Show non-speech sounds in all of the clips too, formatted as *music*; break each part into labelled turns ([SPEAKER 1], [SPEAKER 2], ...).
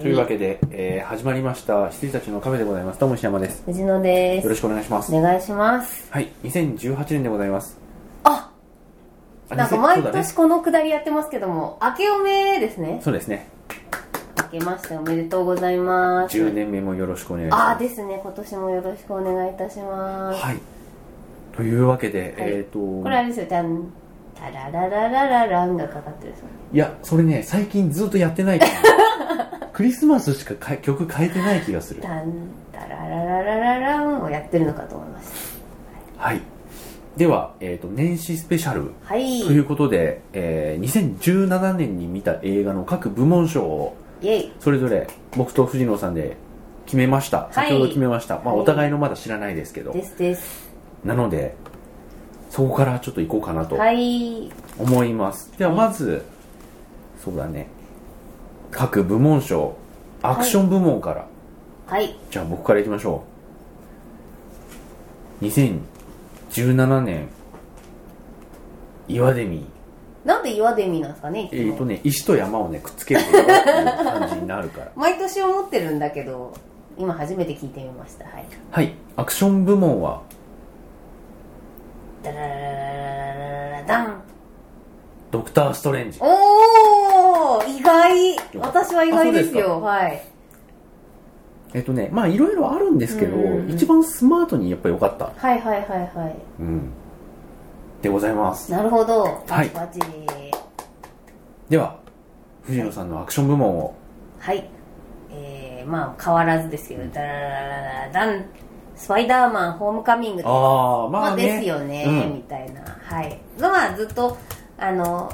[SPEAKER 1] というわけで、えー始まりました羊たちのカフェでございますどうも石山です
[SPEAKER 2] 藤野で
[SPEAKER 1] よろ
[SPEAKER 2] す。
[SPEAKER 1] しくお願いします
[SPEAKER 2] お願いします。
[SPEAKER 1] はい2018年でございます
[SPEAKER 2] あ
[SPEAKER 1] あ
[SPEAKER 2] なんか
[SPEAKER 1] 2000
[SPEAKER 2] 毎
[SPEAKER 1] そうだね
[SPEAKER 2] 年このくだりやってますけども、明けおめですね。
[SPEAKER 1] そうですね
[SPEAKER 2] 明けましておめでとうございます。
[SPEAKER 1] 10年目もよろしくお願いします
[SPEAKER 2] ああですね、今年もよろしくお願いいたします。
[SPEAKER 1] はいというわけで、
[SPEAKER 2] はい
[SPEAKER 1] えっ、と
[SPEAKER 2] これあれですよ、たん、タラララララランがかかってるそうで
[SPEAKER 1] いやそれね最近ずっとやってないから
[SPEAKER 2] *laughs*
[SPEAKER 1] クリスマスしかか曲変えてない気がする
[SPEAKER 2] す。たん、タラララララランをやってるのかと思いました。
[SPEAKER 1] はいでは、えー、と年始スペシャル
[SPEAKER 2] はい。
[SPEAKER 1] ということで、えー2017年に見た映画の各部門賞を
[SPEAKER 2] イェイ。
[SPEAKER 1] それぞれ僕と藤野さんで決めました
[SPEAKER 2] い
[SPEAKER 1] 先ほど決めました、まあ、
[SPEAKER 2] はい
[SPEAKER 1] お互いのまだ知らないですけど、
[SPEAKER 2] ですです。
[SPEAKER 1] なのでそこからちょっと行こうかなと
[SPEAKER 2] はい。
[SPEAKER 1] 思います、ではまずそうだね各部門賞アクション部門から、
[SPEAKER 2] はい。
[SPEAKER 1] じゃあ僕からいきましょう2017年岩デミー
[SPEAKER 2] なんで岩デミなんですかね、いつ
[SPEAKER 1] え
[SPEAKER 2] も
[SPEAKER 1] ーとね、石と山をね、くっつけるっていう感じになるから。
[SPEAKER 2] *laughs* 毎年思ってるんだけど、今初めて聞いてみました。はい。
[SPEAKER 1] はい、アクション部門は、
[SPEAKER 2] ダララララララダン
[SPEAKER 1] ドクター・ストレンジ。
[SPEAKER 2] おー意外
[SPEAKER 1] た
[SPEAKER 2] 私は意外ですよはい
[SPEAKER 1] えっとね、まあいろいろあるんですけど、
[SPEAKER 2] うんうんうん
[SPEAKER 1] 一番スマートにやっぱ良かった。
[SPEAKER 2] はいはいはいはい
[SPEAKER 1] うん。でございます。
[SPEAKER 2] なるほど
[SPEAKER 1] は
[SPEAKER 2] バ
[SPEAKER 1] い
[SPEAKER 2] チバチ
[SPEAKER 1] では、藤野さんのアクション部門を、
[SPEAKER 2] はいえー、まあ変わらずですけどダラララララダンスパイダーマンホームカミングま
[SPEAKER 1] ああ、ま
[SPEAKER 2] あ
[SPEAKER 1] あね。
[SPEAKER 2] ですよね、
[SPEAKER 1] うん
[SPEAKER 2] みたいなはいまあずっとあの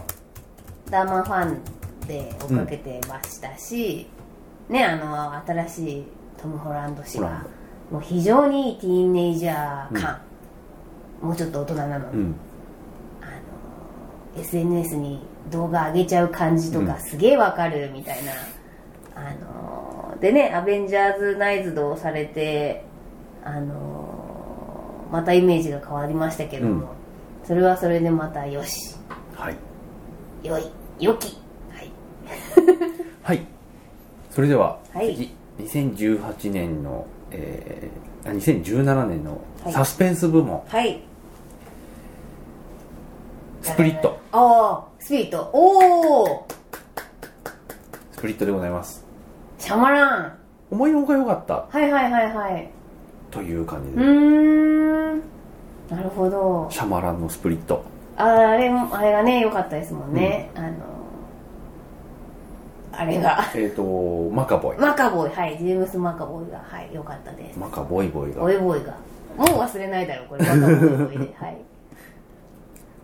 [SPEAKER 2] ダーマンファンで追っかけてましたし、ねあの新しいトム・ホランド氏
[SPEAKER 1] ホラン
[SPEAKER 2] が
[SPEAKER 1] ド
[SPEAKER 2] もう非常にティーンネイジャー感、もうちょっと大人なのに、
[SPEAKER 1] うん。
[SPEAKER 2] あの SNS に動画上げちゃう感じとか、すげえわかるみたいなあのでね「アベンジャーズナイズド」をされてあのまたイメージが変わりましたけども、
[SPEAKER 1] うん
[SPEAKER 2] それはそれでまたよし
[SPEAKER 1] はい。
[SPEAKER 2] よいよきはい
[SPEAKER 1] はい。それでは、
[SPEAKER 2] はい
[SPEAKER 1] 次、2018年の、えー、あ2017年の
[SPEAKER 2] はい
[SPEAKER 1] サスペンス部門、
[SPEAKER 2] はい
[SPEAKER 1] スプリット。
[SPEAKER 2] ああスピリットおお
[SPEAKER 1] スプリットでございます。
[SPEAKER 2] シャマラン
[SPEAKER 1] 思いのほか良かった
[SPEAKER 2] はいはいはいはい
[SPEAKER 1] という感じ
[SPEAKER 2] う
[SPEAKER 1] で、
[SPEAKER 2] ーんなるほど
[SPEAKER 1] シャマランのスプリット。
[SPEAKER 2] ああれもあれがね良かったですもんね、あのあれが *laughs*
[SPEAKER 1] えっ、と、マカボイ。
[SPEAKER 2] マカボイはいジェームス・マカボイがはい良かったです
[SPEAKER 1] マカボイボイが
[SPEAKER 2] ボイボイがもう忘れないだろうこれマカボイ
[SPEAKER 1] *laughs*
[SPEAKER 2] ボイではい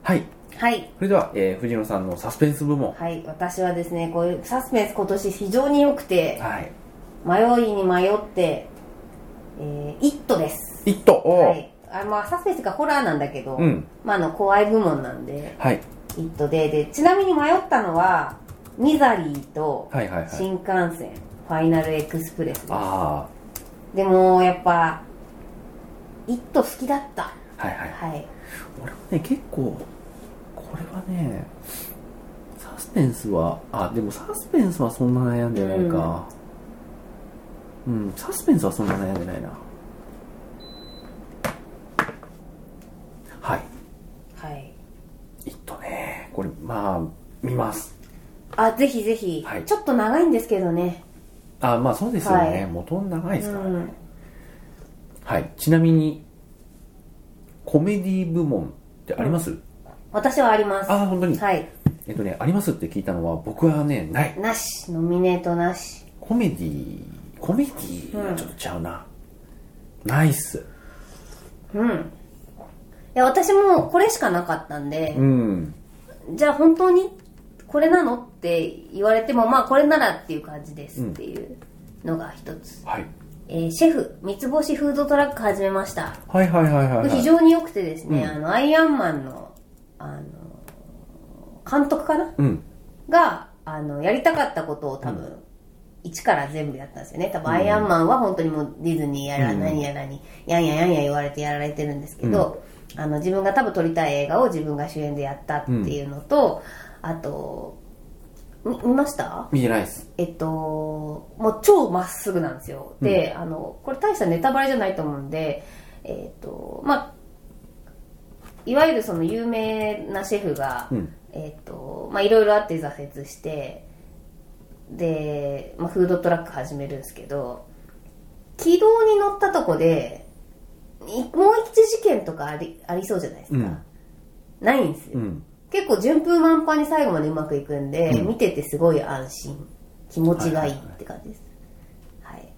[SPEAKER 1] はい
[SPEAKER 2] はい
[SPEAKER 1] それでは、えー藤野さんのサスペンス部門
[SPEAKER 2] はい私はですねこういうサスペンス今年非常に良くて
[SPEAKER 1] はい
[SPEAKER 2] 迷いに迷って「えー、イット!」です
[SPEAKER 1] 「イット!」を、
[SPEAKER 2] はいあまあサスペンスがホラーなんだけど、
[SPEAKER 1] うん
[SPEAKER 2] まああの怖い部門なんで
[SPEAKER 1] はい、
[SPEAKER 2] 「イットで」でちなみに迷ったのは「ミザリー」と「
[SPEAKER 1] はいはいはい
[SPEAKER 2] 新幹線ファイナルエクスプレスです
[SPEAKER 1] あ
[SPEAKER 2] でもやっぱ「イット!」好きだった
[SPEAKER 1] あはいはい
[SPEAKER 2] はい
[SPEAKER 1] 俺はね結構これはねサスペンスはあでもサスペンスはそんな悩んでないかうん、サスペンスはそんな悩んでないなはい
[SPEAKER 2] はい
[SPEAKER 1] 「イット!」ねこれまあ見ます
[SPEAKER 2] あぜひぜひ、
[SPEAKER 1] はい
[SPEAKER 2] ちょっと長いんですけどね
[SPEAKER 1] あまあそうですよね、
[SPEAKER 2] はい
[SPEAKER 1] 元長いです
[SPEAKER 2] う
[SPEAKER 1] からね、
[SPEAKER 2] ん
[SPEAKER 1] はい、ちなみに、コメディ部門ってあります、
[SPEAKER 2] 私はあります
[SPEAKER 1] ああ、本当に、
[SPEAKER 2] はい
[SPEAKER 1] えっとね、ありますって聞いたのは、僕はね、ない。
[SPEAKER 2] なしノミネートなし
[SPEAKER 1] コメディコメディはちょっとちゃうな。ないっす。
[SPEAKER 2] うんいや私もこれしかなかったんで
[SPEAKER 1] う、ん。
[SPEAKER 2] じゃあ本当にこれなのって言われてもまあこれならっていう感じですっていうのが一つ、
[SPEAKER 1] はい。
[SPEAKER 2] えーシェフ三つ星フードトラック始めました
[SPEAKER 1] はいはいはいはい、は
[SPEAKER 2] 非
[SPEAKER 1] い。
[SPEAKER 2] 常に良くてですね、
[SPEAKER 1] うん
[SPEAKER 2] あのアイアンマンのあの監督かな
[SPEAKER 1] うん。
[SPEAKER 2] があのやりたかったことを多分、一から全部やったんですよね多分アイアンマンは本当にもうディズニーやら
[SPEAKER 1] うん
[SPEAKER 2] 何やらに、やんやんやんや言われてやられてるんですけど、あの自分が多分撮りたい映画を自分が主演でやったっていうのと、あとみ見ました
[SPEAKER 1] 見てないです。
[SPEAKER 2] えっと、もう超まっすぐなんですよ。で、あの、これ大したネタバレじゃないと思うんで、えっと、まあ、いわゆるその有名なシェフが、
[SPEAKER 1] うん
[SPEAKER 2] えっと、まあいろいろあって挫折して、で、まあフードトラック始めるんですけど、軌道に乗ったとこで、いもう一事件とかありありそうじゃないですか。
[SPEAKER 1] うん
[SPEAKER 2] ないんです
[SPEAKER 1] う
[SPEAKER 2] よ。
[SPEAKER 1] ん。
[SPEAKER 2] 結構順風満帆に最後までうまくいくんで、
[SPEAKER 1] うん
[SPEAKER 2] 見ててすごい安心気持ちがいいって感じです、はい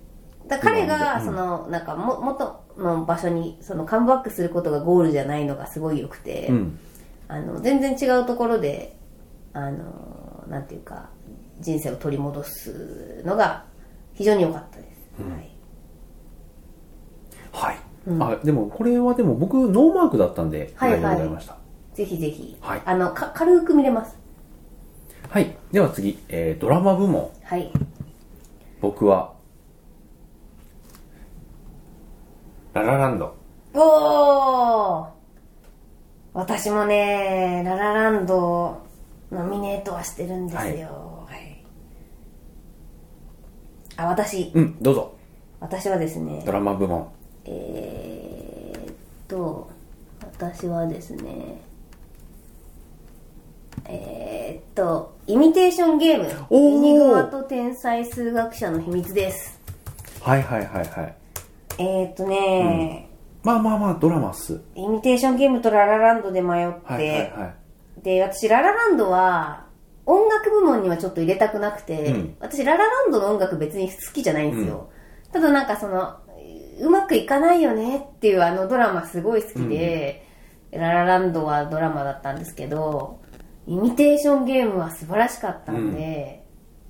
[SPEAKER 2] だから彼が
[SPEAKER 1] うん
[SPEAKER 2] そのなんかも元の場所にそのカムバックすることがゴールじゃないのがすごい良くて、
[SPEAKER 1] うん。
[SPEAKER 2] あの全然違うところであのなんていうか人生を取り戻すのが非常に良かったです、はい、
[SPEAKER 1] はい。
[SPEAKER 2] うん
[SPEAKER 1] あ、でも、これはでも僕、ノーマークだったんで、
[SPEAKER 2] はい
[SPEAKER 1] あり
[SPEAKER 2] はい
[SPEAKER 1] がとうございました。
[SPEAKER 2] ぜひぜひ、
[SPEAKER 1] はい
[SPEAKER 2] あのか軽く見れます
[SPEAKER 1] はい。では次、えー、ドラマ部門。
[SPEAKER 2] はい
[SPEAKER 1] 僕は、ララランド。
[SPEAKER 2] おー私もね、ララランドノミネートはしてるんですよ。はいあ、私、
[SPEAKER 1] うん、どうぞ。
[SPEAKER 2] 私はですね
[SPEAKER 1] ド、ラマ部門。
[SPEAKER 2] えー、っと、私はですね、えー、っと、イミテーションゲーム、
[SPEAKER 1] おー
[SPEAKER 2] ユニグマと天才数学者の秘密です。
[SPEAKER 1] はいはいはいはい。
[SPEAKER 2] えー、っとね、
[SPEAKER 1] まあまあまあ、ドラマっす。
[SPEAKER 2] イミテーションゲームとララランドで迷って、
[SPEAKER 1] はいはいはい。
[SPEAKER 2] で、私、ララランドは、音楽部門にはちょっと入れたくなくて、
[SPEAKER 1] うん
[SPEAKER 2] 私、ララランドの音楽別に好きじゃないんですよ。ただなんかその、うまくいかないよねっていうあのドラマすごい好きで、ララランドはドラマだったんですけど、イミテーションゲームは素晴らしかったんで、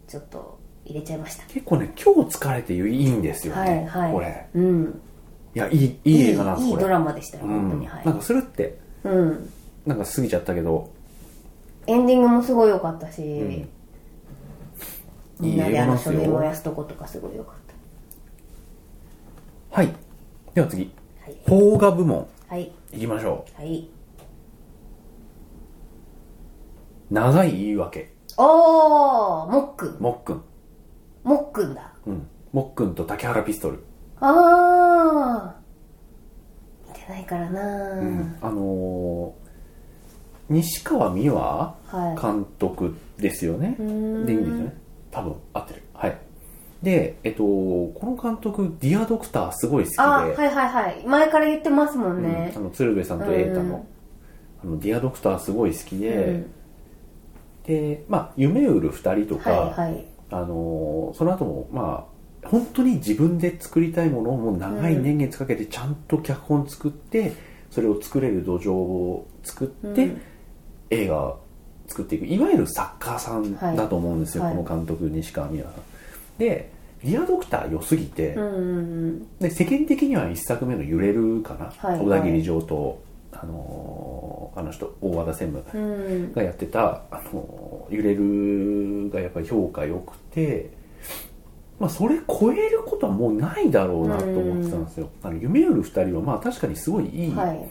[SPEAKER 2] ちょっと入れちゃいました。
[SPEAKER 1] 結構ね、今日疲れていいんですよね。
[SPEAKER 2] はいはい。
[SPEAKER 1] これ。
[SPEAKER 2] うん。
[SPEAKER 1] いや、いい、いい映画なんです、
[SPEAKER 2] いい
[SPEAKER 1] これ。
[SPEAKER 2] ドラマでしたよ、
[SPEAKER 1] う
[SPEAKER 2] 本当
[SPEAKER 1] ん。
[SPEAKER 2] に。は。
[SPEAKER 1] ないんかスルって、
[SPEAKER 2] うん。
[SPEAKER 1] なんか過ぎちゃったけど、
[SPEAKER 2] エンディングもすごい良かったし、
[SPEAKER 1] ん
[SPEAKER 2] みんな
[SPEAKER 1] い
[SPEAKER 2] い
[SPEAKER 1] 映
[SPEAKER 2] で
[SPEAKER 1] 画
[SPEAKER 2] あ
[SPEAKER 1] な
[SPEAKER 2] の
[SPEAKER 1] んす
[SPEAKER 2] 書
[SPEAKER 1] よ
[SPEAKER 2] 類燃やすとことかすごい良かっ
[SPEAKER 1] はい。では次。
[SPEAKER 2] た。はい。
[SPEAKER 1] 邦画部門。
[SPEAKER 2] はい。
[SPEAKER 1] いきましょ
[SPEAKER 2] はい。
[SPEAKER 1] う。長い言い訳。
[SPEAKER 2] おー、もっくん。
[SPEAKER 1] もっくん。
[SPEAKER 2] もっくんだ。
[SPEAKER 1] うん。もっくんと竹原ピストル。
[SPEAKER 2] あー。見てないからなー、
[SPEAKER 1] うんあのー、西川美和
[SPEAKER 2] は
[SPEAKER 1] 監督ですよね
[SPEAKER 2] い。。うーん
[SPEAKER 1] でいいんですよね。多分、合ってる。はい。で、えっと、この監督、ディアドクターすごい好きで、
[SPEAKER 2] あ、はいはいはい。前から言ってますもんね
[SPEAKER 1] うん、あ。の鶴瓶さんと瑛太の,、あのディアドクターすごい好き
[SPEAKER 2] う
[SPEAKER 1] で、
[SPEAKER 2] ん
[SPEAKER 1] で、まあ、夢売る2人とか、
[SPEAKER 2] はいはい。
[SPEAKER 1] あのーその後もまあ本当に自分で作りたいものをもう長い年月かけてちゃんと脚本作って、それを作れる土壌を作って、
[SPEAKER 2] うん
[SPEAKER 1] 映画を作っていくいわゆる作家さんだと思うんですよ、
[SPEAKER 2] はい
[SPEAKER 1] この監督西川美和さん。で「リアドクター」良すぎて、
[SPEAKER 2] うんうんうん。
[SPEAKER 1] で世間的には一作目の「揺れる」かな、
[SPEAKER 2] はい
[SPEAKER 1] 小田切城と、あのーあの人大和田専務
[SPEAKER 2] うん。
[SPEAKER 1] がやってた「あの揺れる」がやっぱり評価良くて、まあ、それ超えることはもうないだろうなと思ってたんですよ。あの夢よる2人はまあ確かにすごいいい
[SPEAKER 2] はい。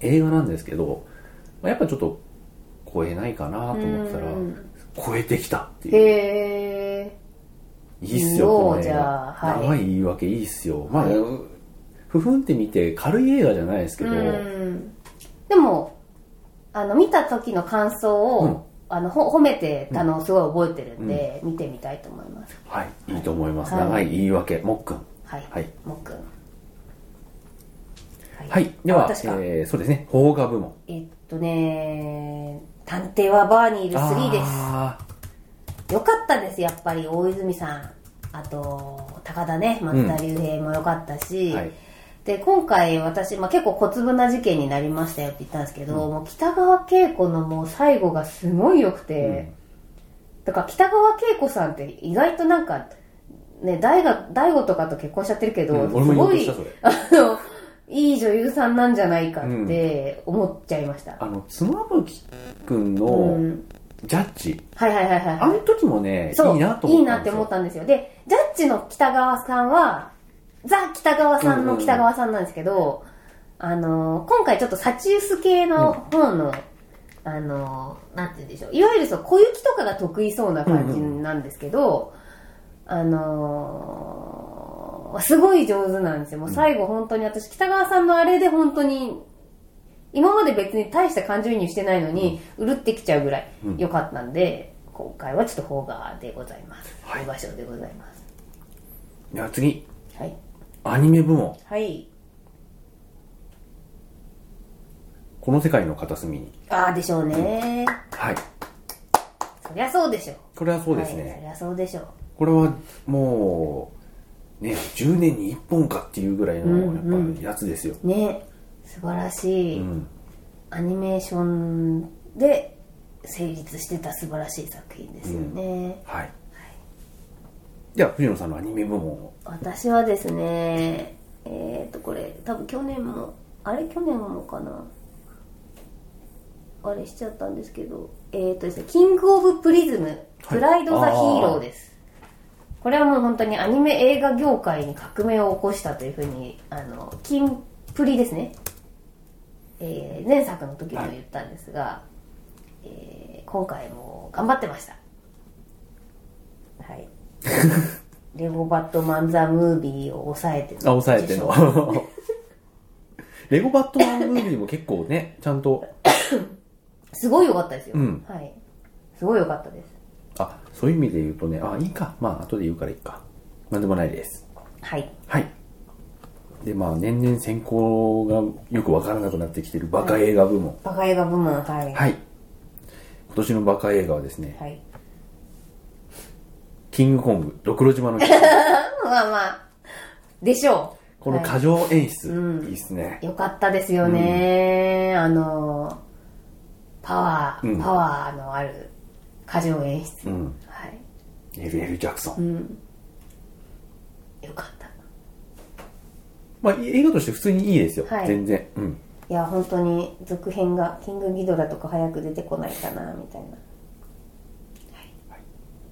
[SPEAKER 1] 映画なんですけど、まあ、やっぱちょっと超えないかなと思ってたら、
[SPEAKER 2] うん
[SPEAKER 1] 超えてきたっていう。
[SPEAKER 2] へ
[SPEAKER 1] いいっすよ、この映
[SPEAKER 2] じゃあ
[SPEAKER 1] 画。
[SPEAKER 2] はい
[SPEAKER 1] 長い言い訳いいっすよ。まあ、
[SPEAKER 2] はい
[SPEAKER 1] ふふんって見て軽い映画じゃないですけ
[SPEAKER 2] ー。
[SPEAKER 1] ど、
[SPEAKER 2] うん。でも、あの、見た時の感想を、
[SPEAKER 1] うん
[SPEAKER 2] あの、ほ褒めてたのをすごい覚えてるんで、見てみたいと思います。
[SPEAKER 1] はい、いいと思います。
[SPEAKER 2] はい
[SPEAKER 1] 長い言い訳、もっくん。
[SPEAKER 2] はい。
[SPEAKER 1] はい。
[SPEAKER 2] もっくん。
[SPEAKER 1] はい、では、え
[SPEAKER 2] あ私か
[SPEAKER 1] ー、そうですね、邦画部門。
[SPEAKER 2] えっとね、探偵はバーにいる3です。
[SPEAKER 1] あ
[SPEAKER 2] よかったです、やっぱり大泉さん。あと、高田ね、松田龍平もよかったし、
[SPEAKER 1] はい
[SPEAKER 2] で、今回私、まあ、結構小粒な事件になりましたよって言ったんですけど、もう北川景子のもう最後がすごい良くて、だから北川景子さんって意外となんか、ね、大が、大悟とかと結婚しちゃってるけど、
[SPEAKER 1] うん俺も
[SPEAKER 2] す
[SPEAKER 1] 言おう
[SPEAKER 2] ご
[SPEAKER 1] とし
[SPEAKER 2] い
[SPEAKER 1] たそれ、
[SPEAKER 2] *laughs* あの、いい女優さんなんじゃないかって思っちゃいました。
[SPEAKER 1] ーあの、妻夫木くん
[SPEAKER 2] う
[SPEAKER 1] の
[SPEAKER 2] ん、
[SPEAKER 1] ジャッジ、
[SPEAKER 2] はいはいはいはい、
[SPEAKER 1] あの時もね、
[SPEAKER 2] そう
[SPEAKER 1] いいなと
[SPEAKER 2] い
[SPEAKER 1] 思
[SPEAKER 2] い
[SPEAKER 1] った
[SPEAKER 2] なんっ
[SPEAKER 1] です
[SPEAKER 2] て思っ
[SPEAKER 1] よ。
[SPEAKER 2] たんですよでジャッジの北川さんはザ・北川さんの北川さんなんですけど、あのー今回ちょっとサチウス系の方のあの、なんて言うんでしょう。いわゆるそう、小雪とかが得意そうな感じなんですけど、あのーすごい上手なんですよ。もう最後本当に私、北川さんのあれで本当に、今まで別に大した感情移入してないのに、うるってきちゃうぐらい
[SPEAKER 1] うん
[SPEAKER 2] 良かったんで、今回はちょっと邦画でございます。
[SPEAKER 1] はい
[SPEAKER 2] 邦画賞でございます。
[SPEAKER 1] では次、
[SPEAKER 2] はい。
[SPEAKER 1] アニメ部門。
[SPEAKER 2] はい。
[SPEAKER 1] この世界の片隅に。
[SPEAKER 2] ああ、でしょうね。
[SPEAKER 1] はい。
[SPEAKER 2] そりゃそうでしょう。
[SPEAKER 1] これはそうですね。
[SPEAKER 2] はい、そりゃそうでしょう。
[SPEAKER 1] これはもう、ね、10年に1本かっていうぐらいの、やっぱ
[SPEAKER 2] うん
[SPEAKER 1] やつですよ。
[SPEAKER 2] ね素晴らし
[SPEAKER 1] う
[SPEAKER 2] い、
[SPEAKER 1] ん。
[SPEAKER 2] アニメーションで成立してた素晴らしい作品ですよね、
[SPEAKER 1] はい。では、藤野さんのアニメ部門を。
[SPEAKER 2] 私はですねえっ、とこれ多分去年もあれ去年もかなあれしちゃったんですけどえっ、とですね「キングオブプリズムプライド・ザ・ヒーロー」ですこれはもう本当にアニメ映画業界に革命を起こしたというふうにあのキンプリですね、えー前作の時も言ったんですが、えー今回も頑張ってました
[SPEAKER 1] *laughs*
[SPEAKER 2] はいレゴバットマン・ザ・ムービーを抑えての
[SPEAKER 1] あ、抑えて
[SPEAKER 2] 受賞
[SPEAKER 1] の。 *laughs* レゴバットマンムービーも結構ね、ちゃんと、
[SPEAKER 2] すごい良かったですよ、
[SPEAKER 1] うん
[SPEAKER 2] はいすごい良かったです
[SPEAKER 1] あ、そういう意味で言うとね、あ、いいか。まあ、後で言うからいいか。なんでもないです。
[SPEAKER 2] はい
[SPEAKER 1] はい。で、まあ、年々選考がよくわからなくなってきてるバカ映画部門。
[SPEAKER 2] バカ映画部門はい
[SPEAKER 1] はい。今年のバカ映画はですね、
[SPEAKER 2] はい、
[SPEAKER 1] キングコング、ドクロ島
[SPEAKER 2] *laughs*
[SPEAKER 1] の奇跡
[SPEAKER 2] うんまあまあでしょう
[SPEAKER 1] この
[SPEAKER 2] はい
[SPEAKER 1] 過剰演出、
[SPEAKER 2] うん
[SPEAKER 1] いいっすね。
[SPEAKER 2] よかったですよね、あのパワー、
[SPEAKER 1] うん
[SPEAKER 2] パワーのある過剰演出、
[SPEAKER 1] うん。
[SPEAKER 2] はい、
[SPEAKER 1] LL ジャクソン。
[SPEAKER 2] うん、よかった
[SPEAKER 1] まあ、映画として普通にいいですよ。
[SPEAKER 2] はい
[SPEAKER 1] 全然。うん。
[SPEAKER 2] いや本当に続編がキングギドラとか早く出てこないかなみたいな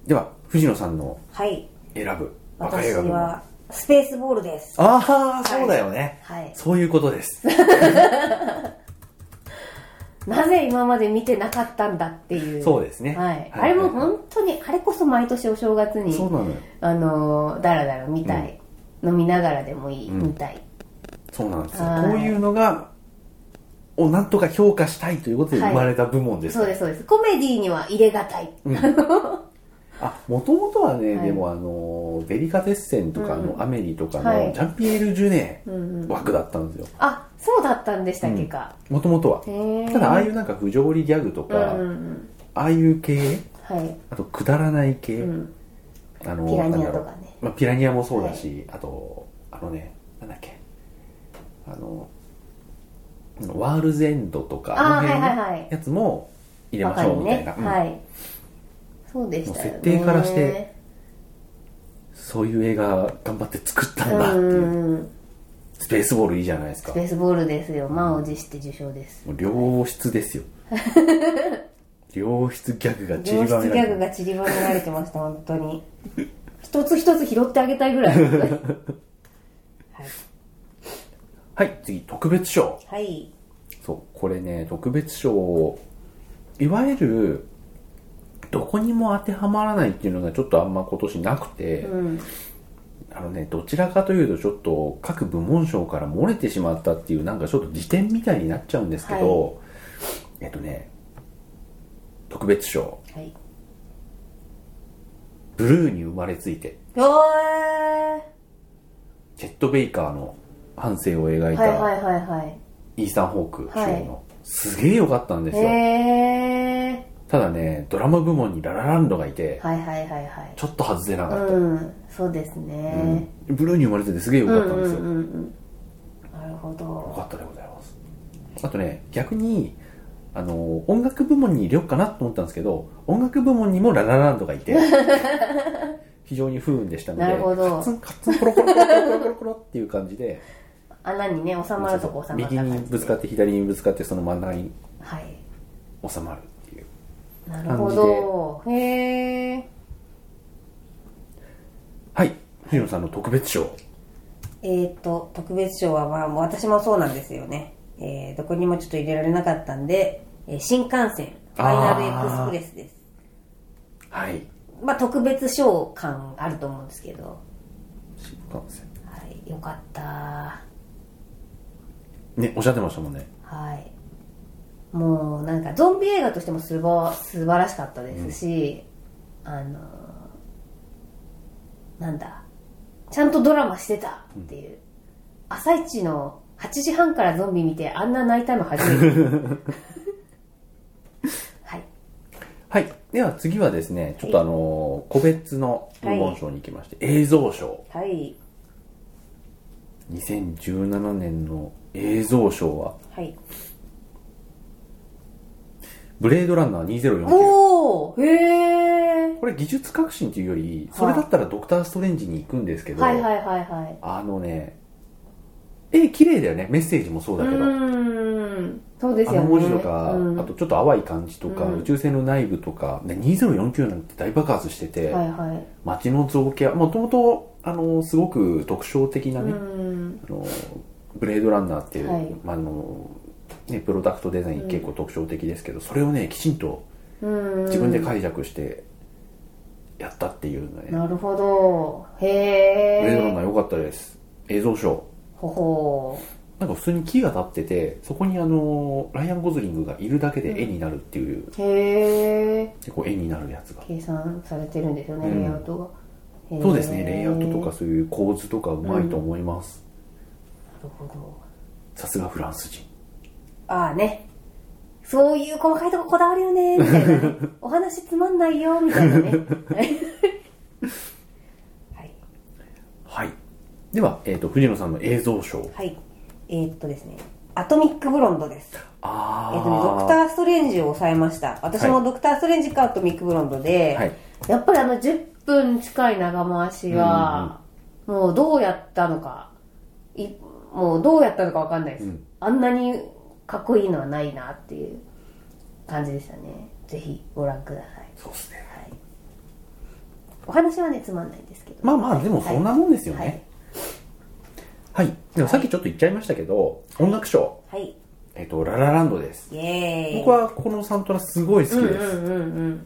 [SPEAKER 1] では、藤野さんの
[SPEAKER 2] はい
[SPEAKER 1] 選ぶ若い
[SPEAKER 2] 私
[SPEAKER 1] 映画部門。あ
[SPEAKER 2] はスペースボールです
[SPEAKER 1] あー、そうだよね。
[SPEAKER 2] はい
[SPEAKER 1] そういうことです。
[SPEAKER 2] なぜ今まで見てなかったんだっていう
[SPEAKER 1] そうですね。
[SPEAKER 2] はい、あれも
[SPEAKER 1] ん
[SPEAKER 2] 本当にあれこそ毎年お正月に
[SPEAKER 1] そうなのよ。
[SPEAKER 2] あのーだらだら見たい、飲みながらでもいい、
[SPEAKER 1] うん
[SPEAKER 2] 見たい
[SPEAKER 1] そうなんですよ。
[SPEAKER 2] はい
[SPEAKER 1] こういうのが、をなんとか評価したいということで生まれた部門です
[SPEAKER 2] そ
[SPEAKER 1] か
[SPEAKER 2] う
[SPEAKER 1] ら、
[SPEAKER 2] ですそうですコメディには入れがたい、
[SPEAKER 1] あ、もともとはね、
[SPEAKER 2] はい
[SPEAKER 1] でもあの、デリカテッセンとか
[SPEAKER 2] う
[SPEAKER 1] の
[SPEAKER 2] ん
[SPEAKER 1] アメリとか
[SPEAKER 2] は
[SPEAKER 1] の
[SPEAKER 2] い
[SPEAKER 1] ジャンピエール・ジュネ
[SPEAKER 2] うんうん、
[SPEAKER 1] 枠だったんですよ。
[SPEAKER 2] あそうだったんでしたっけか、
[SPEAKER 1] もともとは。
[SPEAKER 2] へえ
[SPEAKER 1] ただ、ああいうなんか不条理ギャグとか、
[SPEAKER 2] うんうんうん、
[SPEAKER 1] ああいう系、
[SPEAKER 2] はい、
[SPEAKER 1] あとくだらない系、
[SPEAKER 2] うん、
[SPEAKER 1] あの
[SPEAKER 2] ピラニ
[SPEAKER 1] な
[SPEAKER 2] ア
[SPEAKER 1] んだろう
[SPEAKER 2] とかね
[SPEAKER 1] まあ、ピラニアもそうだし、あと、あのね、なんだっけ、あの、ワールズエンドとか、
[SPEAKER 2] あー
[SPEAKER 1] あの辺
[SPEAKER 2] はいはいは
[SPEAKER 1] の
[SPEAKER 2] い
[SPEAKER 1] やつも入れま
[SPEAKER 2] 若
[SPEAKER 1] しょう
[SPEAKER 2] い
[SPEAKER 1] みたい
[SPEAKER 2] ね
[SPEAKER 1] な、、うん
[SPEAKER 2] はいそうでしたよね
[SPEAKER 1] もう設定からしてそういう映画頑張って作ったんだってい
[SPEAKER 2] う
[SPEAKER 1] う、
[SPEAKER 2] んうん
[SPEAKER 1] スペースボールいいじゃないですか
[SPEAKER 2] スペ。ースボールですよ満を持して受賞です
[SPEAKER 1] もう良質です
[SPEAKER 2] *laughs*
[SPEAKER 1] よ。良質ギャグが散
[SPEAKER 2] 上
[SPEAKER 1] り
[SPEAKER 2] 質
[SPEAKER 1] ばめ
[SPEAKER 2] ギ
[SPEAKER 1] ら
[SPEAKER 2] ャ
[SPEAKER 1] れ
[SPEAKER 2] グ
[SPEAKER 1] て
[SPEAKER 2] が散りばめられてました本当に *laughs* 一つ一つ拾ってあげたいぐら
[SPEAKER 1] *laughs*
[SPEAKER 2] いはい
[SPEAKER 1] はい、次、特別賞。
[SPEAKER 2] はい
[SPEAKER 1] そう、これね、特別賞を、いわゆる、どこにも当てはまらないっていうのがちょっとあんま今年なくて、
[SPEAKER 2] うん
[SPEAKER 1] あのね、どちらかというとちょっと各部門賞から漏れてしまったっていうなんかちょっと辞典みたいになっちゃうんですけど、えっとね、特別賞、
[SPEAKER 2] はい
[SPEAKER 1] ブルーに生まれついて、
[SPEAKER 2] おーは
[SPEAKER 1] チェット・ベイカーの反省を描
[SPEAKER 2] い
[SPEAKER 1] い
[SPEAKER 2] はい
[SPEAKER 1] た
[SPEAKER 2] はいは
[SPEAKER 1] イーサン・ホーク主演の、
[SPEAKER 2] は
[SPEAKER 1] すげえ良かったんで
[SPEAKER 2] い
[SPEAKER 1] すよ。
[SPEAKER 2] へえ
[SPEAKER 1] ただね、ドラマ部門にララランドがいて、
[SPEAKER 2] はいはいはいはい
[SPEAKER 1] ちょっと外れなかった。
[SPEAKER 2] うんそうですね
[SPEAKER 1] うんブルーに生まれててすげえ良
[SPEAKER 2] う
[SPEAKER 1] か
[SPEAKER 2] ん
[SPEAKER 1] ったん
[SPEAKER 2] う
[SPEAKER 1] です
[SPEAKER 2] ん
[SPEAKER 1] よ。
[SPEAKER 2] うんうんなるほ
[SPEAKER 1] 良
[SPEAKER 2] ど
[SPEAKER 1] かったでございます。あとね、逆に、あの、音楽部門に入れようかなと思ったんですけど、音楽部門にもララランドがい
[SPEAKER 2] *laughs*
[SPEAKER 1] て、非常に不運でしたので、
[SPEAKER 2] なるほど
[SPEAKER 1] カツンカツンコロコロコロコロコロコロっていう感じで、
[SPEAKER 2] 穴にね収まるとこ収まった
[SPEAKER 1] 右
[SPEAKER 2] 感じで
[SPEAKER 1] にぶつかって左にぶつかって、その真ん中に
[SPEAKER 2] はい
[SPEAKER 1] 収まるっていう。
[SPEAKER 2] なるほどへえ
[SPEAKER 1] はい、藤野さんの特別賞。
[SPEAKER 2] えー、と特別賞は、まあ、もう私もそうなんですよね、えーどこにもちょっと入れられなかったんで、えー新幹線、フ
[SPEAKER 1] あー
[SPEAKER 2] ァイナルエクスプレスです。
[SPEAKER 1] はい
[SPEAKER 2] まあ、特別賞感あると思うんですけど、
[SPEAKER 1] 新幹線
[SPEAKER 2] はい、よかった。
[SPEAKER 1] ねおっしゃってましたもんね
[SPEAKER 2] はい。もうなんかゾンビ映画としてもすば素晴らしかったですし、あのーなんだ、ちゃんとドラマしてたっていう。朝一の8時半からゾンビ見てあんな泣いたの初
[SPEAKER 1] *laughs*
[SPEAKER 2] めて。はい。
[SPEAKER 1] はいでは次はですねちょっとあのー個別の部門賞に行きまして、映像賞
[SPEAKER 2] はい。
[SPEAKER 1] 2017年の映像賞は
[SPEAKER 2] はい。
[SPEAKER 1] ブレードランナー2049
[SPEAKER 2] おーへー
[SPEAKER 1] これ技術革新というよりそれだったらドクター・ストレンジに行くんですけど、
[SPEAKER 2] はいはいはいはい。
[SPEAKER 1] あのね絵綺麗だよねメッセージもそう
[SPEAKER 2] う
[SPEAKER 1] だけど
[SPEAKER 2] ーん。そうです
[SPEAKER 1] あ
[SPEAKER 2] よね。
[SPEAKER 1] の文字とか、
[SPEAKER 2] うん
[SPEAKER 1] あとちょっと淡い感じとか、
[SPEAKER 2] うん
[SPEAKER 1] 宇宙船の内部とか、ね、2049なんて大爆発してて、
[SPEAKER 2] はいはい。
[SPEAKER 1] 街の造形はもともとあのすごく特徴的な
[SPEAKER 2] う
[SPEAKER 1] ね、
[SPEAKER 2] ん。
[SPEAKER 1] あのブレードランナーっていう、
[SPEAKER 2] はい
[SPEAKER 1] まああのね、プロダクトデザイン結構特徴的ですけど、それをねきちんと
[SPEAKER 2] うん
[SPEAKER 1] 自分で解釈してやったっていうのね、
[SPEAKER 2] なるほど。へ
[SPEAKER 1] ブレードランナー
[SPEAKER 2] え。
[SPEAKER 1] 良かったです映像賞
[SPEAKER 2] ほほ
[SPEAKER 1] なんか普通に木が立っててそこにあのライアン・ゴズリングがいるだけで絵になるっていう、
[SPEAKER 2] う。へえ。
[SPEAKER 1] 結構絵になるやつが
[SPEAKER 2] 計算されてるんですよね、
[SPEAKER 1] うん
[SPEAKER 2] レイアウトが。へー
[SPEAKER 1] そうですね、レイアウトとか。そういう構図とかうまいと思います。
[SPEAKER 2] なるほど。
[SPEAKER 1] さすがフランス人。
[SPEAKER 2] ああね。そういう細かいとここだわるよね、みたいな
[SPEAKER 1] *laughs*
[SPEAKER 2] ね。お話つまんないよ、みたいなね。 *laughs* はい。
[SPEAKER 1] はい。では、えっ、と、藤野さんの映像賞。
[SPEAKER 2] はい。えーっとですね。アトミックブロンドです。
[SPEAKER 1] あ
[SPEAKER 2] えっとね、ドクター・ストレンジを抑えました。私
[SPEAKER 1] は
[SPEAKER 2] も
[SPEAKER 1] い
[SPEAKER 2] ドクター・ストレンジかとミック・ブロンドで、
[SPEAKER 1] はい
[SPEAKER 2] やっぱりあの10分近い長回しは、もうどうやったのか、いもうどうやったのかわかんないです、
[SPEAKER 1] うん
[SPEAKER 2] あんなにかっこいいのはないなっていう感じでしたね。ぜひご覧ください。
[SPEAKER 1] そうですね。
[SPEAKER 2] はい、お話はね、つまんないんですけど。
[SPEAKER 1] まあまあ、でもそんなもんですよ
[SPEAKER 2] はい
[SPEAKER 1] ね。。はい。でもさっきちょっと言っちゃいましたけど、音楽賞。
[SPEAKER 2] はい。
[SPEAKER 1] えっ、と、ララランドです。
[SPEAKER 2] イェーイ。
[SPEAKER 1] 僕はこのサントラすごい好
[SPEAKER 2] うん
[SPEAKER 1] き
[SPEAKER 2] う
[SPEAKER 1] です。
[SPEAKER 2] んうんうん。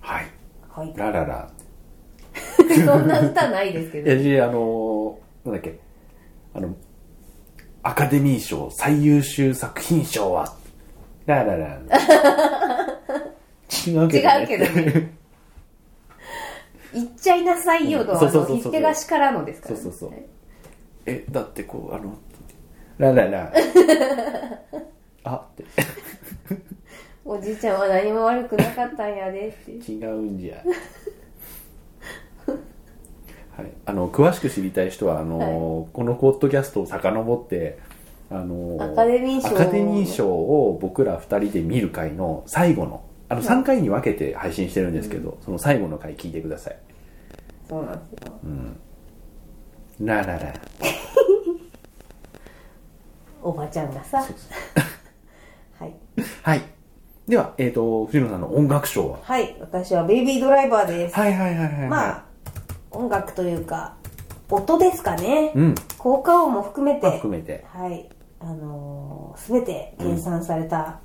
[SPEAKER 1] はい。
[SPEAKER 2] はい。
[SPEAKER 1] ラララ。
[SPEAKER 2] そんな歌ないですけ
[SPEAKER 1] いや
[SPEAKER 2] ど。
[SPEAKER 1] じゃああのーなんだっけ。あの、アカデミー賞最優秀作品賞は、ララランド。 *laughs* 違うけど、ね。
[SPEAKER 2] 違うけどね。言っちゃいなさいよと、
[SPEAKER 1] うん
[SPEAKER 2] あ
[SPEAKER 1] そうそう
[SPEAKER 2] の
[SPEAKER 1] そうそう
[SPEAKER 2] 引っぺがしからのですから、ね。
[SPEAKER 1] そうそうそう
[SPEAKER 2] はい
[SPEAKER 1] *laughs* えだってこうあのララ
[SPEAKER 2] *laughs*
[SPEAKER 1] ラあって
[SPEAKER 2] おじいちゃんは何も悪くなかったんやでって。
[SPEAKER 1] 違うんじゃはいあの詳しく知りたい人はあの、このポッドキャストを遡ってあの
[SPEAKER 2] アカデミー賞
[SPEAKER 1] アカデミー賞を僕ら2人で見る回の最後のあの3回に分けて配信してるんですけど、その最後の回聞いてください
[SPEAKER 2] そうなんですよ。
[SPEAKER 1] ラララ
[SPEAKER 2] おばちゃんがさ。 *laughs* はい。
[SPEAKER 1] はいでは、えー、と藤野さんの音楽賞は
[SPEAKER 2] はい、私はベイビードライバーです。
[SPEAKER 1] はいはいはいはいはい、
[SPEAKER 2] まあ、音楽というか、音ですかね。
[SPEAKER 1] うん
[SPEAKER 2] 効果音も含めて、
[SPEAKER 1] 含めて
[SPEAKER 2] はい。あのす、べて計算された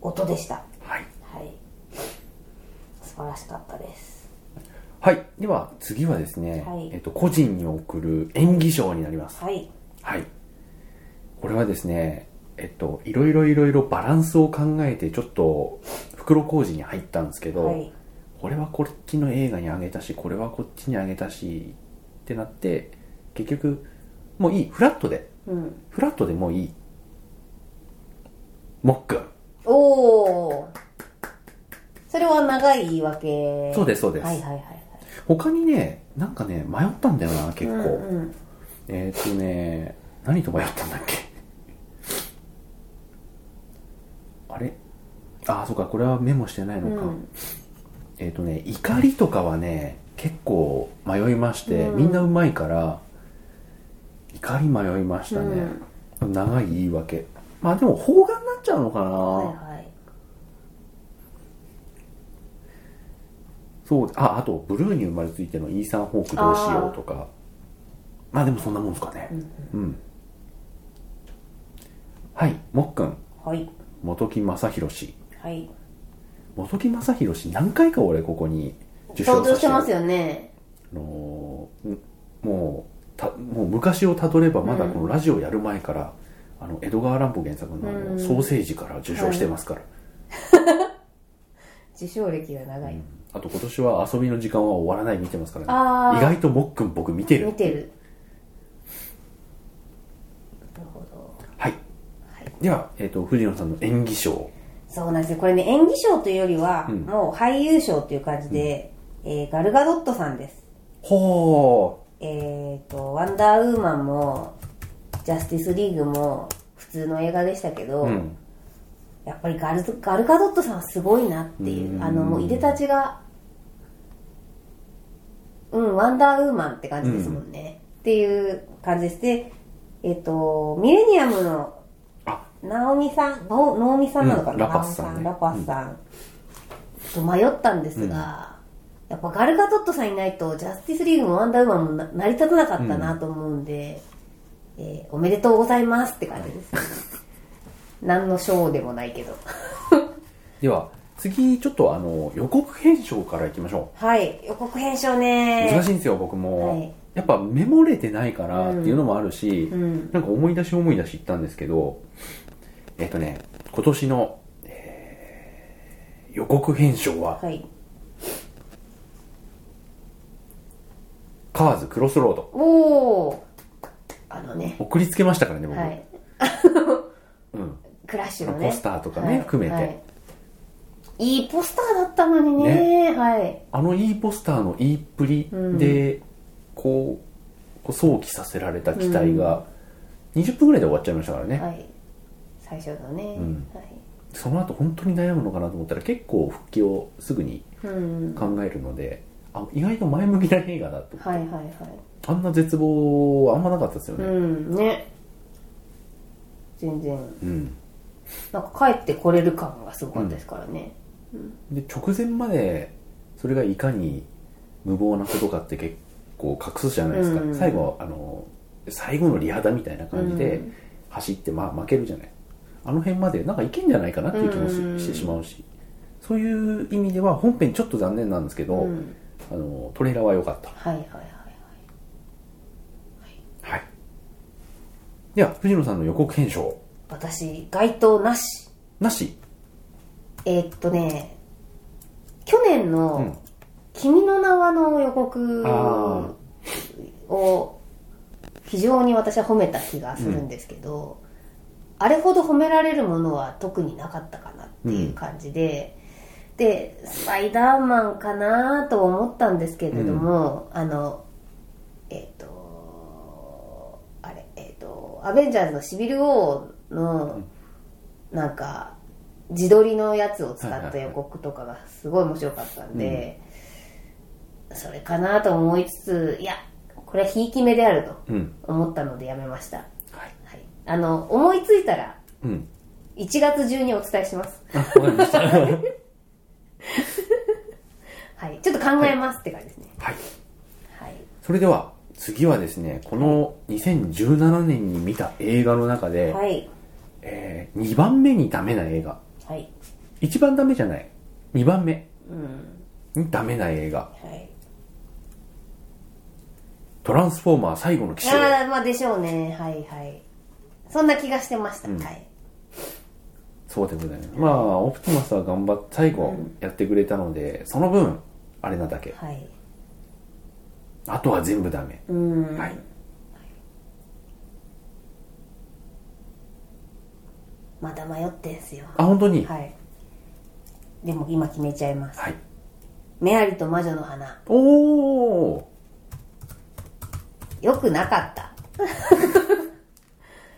[SPEAKER 2] 音でした。
[SPEAKER 1] はい
[SPEAKER 2] はい。素晴らしかったです。
[SPEAKER 1] はい。では、次はですね、
[SPEAKER 2] はい
[SPEAKER 1] えっと、個人に送る演技賞になります。
[SPEAKER 2] はい。
[SPEAKER 1] はい。これはですね、えっと、いろいろいろいろバランスを考えて、ちょっと、袋小路に入ったんですけど、
[SPEAKER 2] はい。
[SPEAKER 1] これはこっちの映画にあげたし、これはこっちにあげたし、ってなって、結局、もういい。フラットで。
[SPEAKER 2] うん。
[SPEAKER 1] フラットでもういい。もっくん。
[SPEAKER 2] おお。それは長い言い訳。
[SPEAKER 1] そうです、そうです。
[SPEAKER 2] はいはいはいはい。
[SPEAKER 1] 他にね、なんかね、迷ったんだよな、結構。
[SPEAKER 2] うんうん
[SPEAKER 1] えっ、とね、何と迷ったんだっけあれあ、そうか、これはメモしてないのか。
[SPEAKER 2] うん
[SPEAKER 1] えっ、とね、怒りとかはね、結構迷いまして、
[SPEAKER 2] うん
[SPEAKER 1] みんなうまいから、怒り迷いましたね。長い言い訳。まあでも、邦画になっちゃうのかな、
[SPEAKER 2] はいはい。
[SPEAKER 1] そう、あ、あと、ブルーに生まれついてのイーサン・ホークどうしようとか。まあでもそんなもんですかね。うん。はい、もっくん。
[SPEAKER 2] はい。
[SPEAKER 1] 元木正宏氏
[SPEAKER 2] はい
[SPEAKER 1] 元木正宏氏何回か俺ここに受
[SPEAKER 2] 登
[SPEAKER 1] 賞
[SPEAKER 2] 場
[SPEAKER 1] させ
[SPEAKER 2] して
[SPEAKER 1] て
[SPEAKER 2] ますよね
[SPEAKER 1] あのーんもうたもう昔をたどればまだこのラジオやる前から、あの江戸川乱歩原作のあの
[SPEAKER 2] うん
[SPEAKER 1] ソーセージ」から受賞してますから、
[SPEAKER 2] 受賞歴が長い、
[SPEAKER 1] あと今年は遊びの時間は終わらない見てますから
[SPEAKER 2] あー
[SPEAKER 1] ね意外ともっくん僕見てる
[SPEAKER 2] 見てるなるほど
[SPEAKER 1] はい、
[SPEAKER 2] はい
[SPEAKER 1] では、えー、と藤野さんの演技賞
[SPEAKER 2] そうなんですよこれね演技賞というよりは、
[SPEAKER 1] うん
[SPEAKER 2] もう俳優賞という感じで、えーガルガドットさんです
[SPEAKER 1] ほ
[SPEAKER 2] えっ、と「ワンダーウーマン」も「ジャスティスリーグ」も普通の映画でしたけど、
[SPEAKER 1] ううん
[SPEAKER 2] やっぱりガルガルガドットさんはすごいなっていう、
[SPEAKER 1] うん
[SPEAKER 2] あのもういでたちがうんワンダーウーマンって感じですもんね、っていう感じですでえっ、とミレニアムの
[SPEAKER 1] あ
[SPEAKER 2] ナオミさんノノオミさんなのかな、
[SPEAKER 1] うんラパスさんね
[SPEAKER 2] ナオミラパスさん、と迷ったんですが、やっぱガルガドットさんいないとジャスティスリーグもワンダーウーマンもな成り立たなかったなと思うんで、えーおめでとうございますって感じです、ね、
[SPEAKER 1] *laughs*
[SPEAKER 2] 何の賞でもないけど
[SPEAKER 1] では次ちょっとあの予告編賞からいきましょう
[SPEAKER 2] はい、予告編賞ね
[SPEAKER 1] 難
[SPEAKER 2] し
[SPEAKER 1] しいんですよ僕も、
[SPEAKER 2] はい
[SPEAKER 1] やっぱメモれてないからっていうのもあるし、
[SPEAKER 2] うん
[SPEAKER 1] なんか思い出し思い出し行ったんですけどえっ、とね今年の、えー予告編賞は、
[SPEAKER 2] はい。
[SPEAKER 1] カーズクロスロード
[SPEAKER 2] おお。あのね、
[SPEAKER 1] 送りつけましたからね僕、
[SPEAKER 2] はい。
[SPEAKER 1] うん、
[SPEAKER 2] クラッシュのね。
[SPEAKER 1] ポスターとかね、含めて、
[SPEAKER 2] はい。いいポスターだったのにね。はい。
[SPEAKER 1] あのいいポスターのいいっぷりで、こうこう想起させられた期待が、20分ぐらいで終わっちゃいましたからね、
[SPEAKER 2] はい。最初のね。
[SPEAKER 1] うん
[SPEAKER 2] はい。
[SPEAKER 1] その後本当に悩むのかなと思ったら結構復帰をすぐに
[SPEAKER 2] うん。は
[SPEAKER 1] 考えるので、あ意外と前向きな映画だと
[SPEAKER 2] いはいは
[SPEAKER 1] あんな絶望はあんまなかったですよ
[SPEAKER 2] い。う
[SPEAKER 1] ね
[SPEAKER 2] ん、ね。全然、
[SPEAKER 1] うん、
[SPEAKER 2] なんか帰ってこれる感がすごかったですからね。
[SPEAKER 1] で直前までそれがいかに無謀なことかって結構隠すじゃないですか、
[SPEAKER 2] うん
[SPEAKER 1] 最後あの最後のリハだみたいな感じで
[SPEAKER 2] うん
[SPEAKER 1] 走って、まあ負けるじゃないあの辺までなんかいけんじゃないかなっていう気もし,、
[SPEAKER 2] うん
[SPEAKER 1] してしまうしそういう意味では本編ちょっと残念なんですけど、
[SPEAKER 2] うん。
[SPEAKER 1] あのトレーラーは良かった
[SPEAKER 2] はいはいはいはい。
[SPEAKER 1] はいでは藤野さんの予告編賞
[SPEAKER 2] 私、該当なし。
[SPEAKER 1] なし
[SPEAKER 2] えーっとね、去年の「君の名は」の予告
[SPEAKER 1] あ
[SPEAKER 2] を非常に私は褒めた気がするんですけど、あれほど褒められるものは特になかったかなっていう感じで、で「スパイダーマン」かなと思ったんですけれども、あのえーっとあれえーっと「アベンジャーズ」の「シビル王」のなんか自撮りのやつを使った予告とかがすごい面白かったんで、それかなと思いつついやこれはひいき目である
[SPEAKER 1] うん
[SPEAKER 2] と思ったのでやめました、は
[SPEAKER 1] はい
[SPEAKER 2] い、あの思いついたら
[SPEAKER 1] うん
[SPEAKER 2] 1月中にお伝えします
[SPEAKER 1] あわかりましたはい
[SPEAKER 2] はいちょっと考えますって感じですねはい、
[SPEAKER 1] それでは次はですねこの2017年に見た映画の中で、
[SPEAKER 2] はい
[SPEAKER 1] え2番目にダメな映画
[SPEAKER 2] はい
[SPEAKER 1] 1番ダメじゃない2番目
[SPEAKER 2] うん
[SPEAKER 1] にダメな映画
[SPEAKER 2] はい
[SPEAKER 1] 「トランスフォーマー最後の騎士」
[SPEAKER 2] ああまあでしょうねはいはいそんな気がしてました、
[SPEAKER 1] うん
[SPEAKER 2] はい
[SPEAKER 1] そうでございますまあオプティマスは頑張って最後やってくれたので、その分あれなだけ
[SPEAKER 2] はい
[SPEAKER 1] あとは全部ダメ、
[SPEAKER 2] うん
[SPEAKER 1] はい
[SPEAKER 2] まだ迷ってんすよ
[SPEAKER 1] あ本当にはい、
[SPEAKER 2] はいでも今決めちゃいますメアリと魔女の花
[SPEAKER 1] おお
[SPEAKER 2] よくなかった *laughs*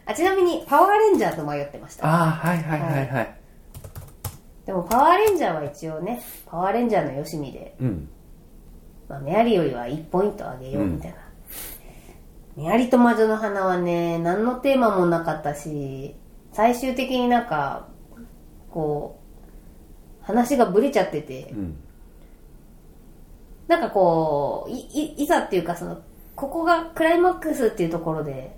[SPEAKER 2] あちなみにパワーレンジャーと迷ってました
[SPEAKER 1] ああはいはいはいはい、
[SPEAKER 2] でもパワーレンジャーは一応ねパワーレンジャーのよしみで、
[SPEAKER 1] うん
[SPEAKER 2] まあ、メアリよりは1ポイントあげようみたいな、メアリと魔女の花はね何のテーマもなかったし最終的になんかこう話がブレちゃってて、
[SPEAKER 1] うん
[SPEAKER 2] なんかこう、い、い、いざっていうかその、ここがクライマックスっていうところで、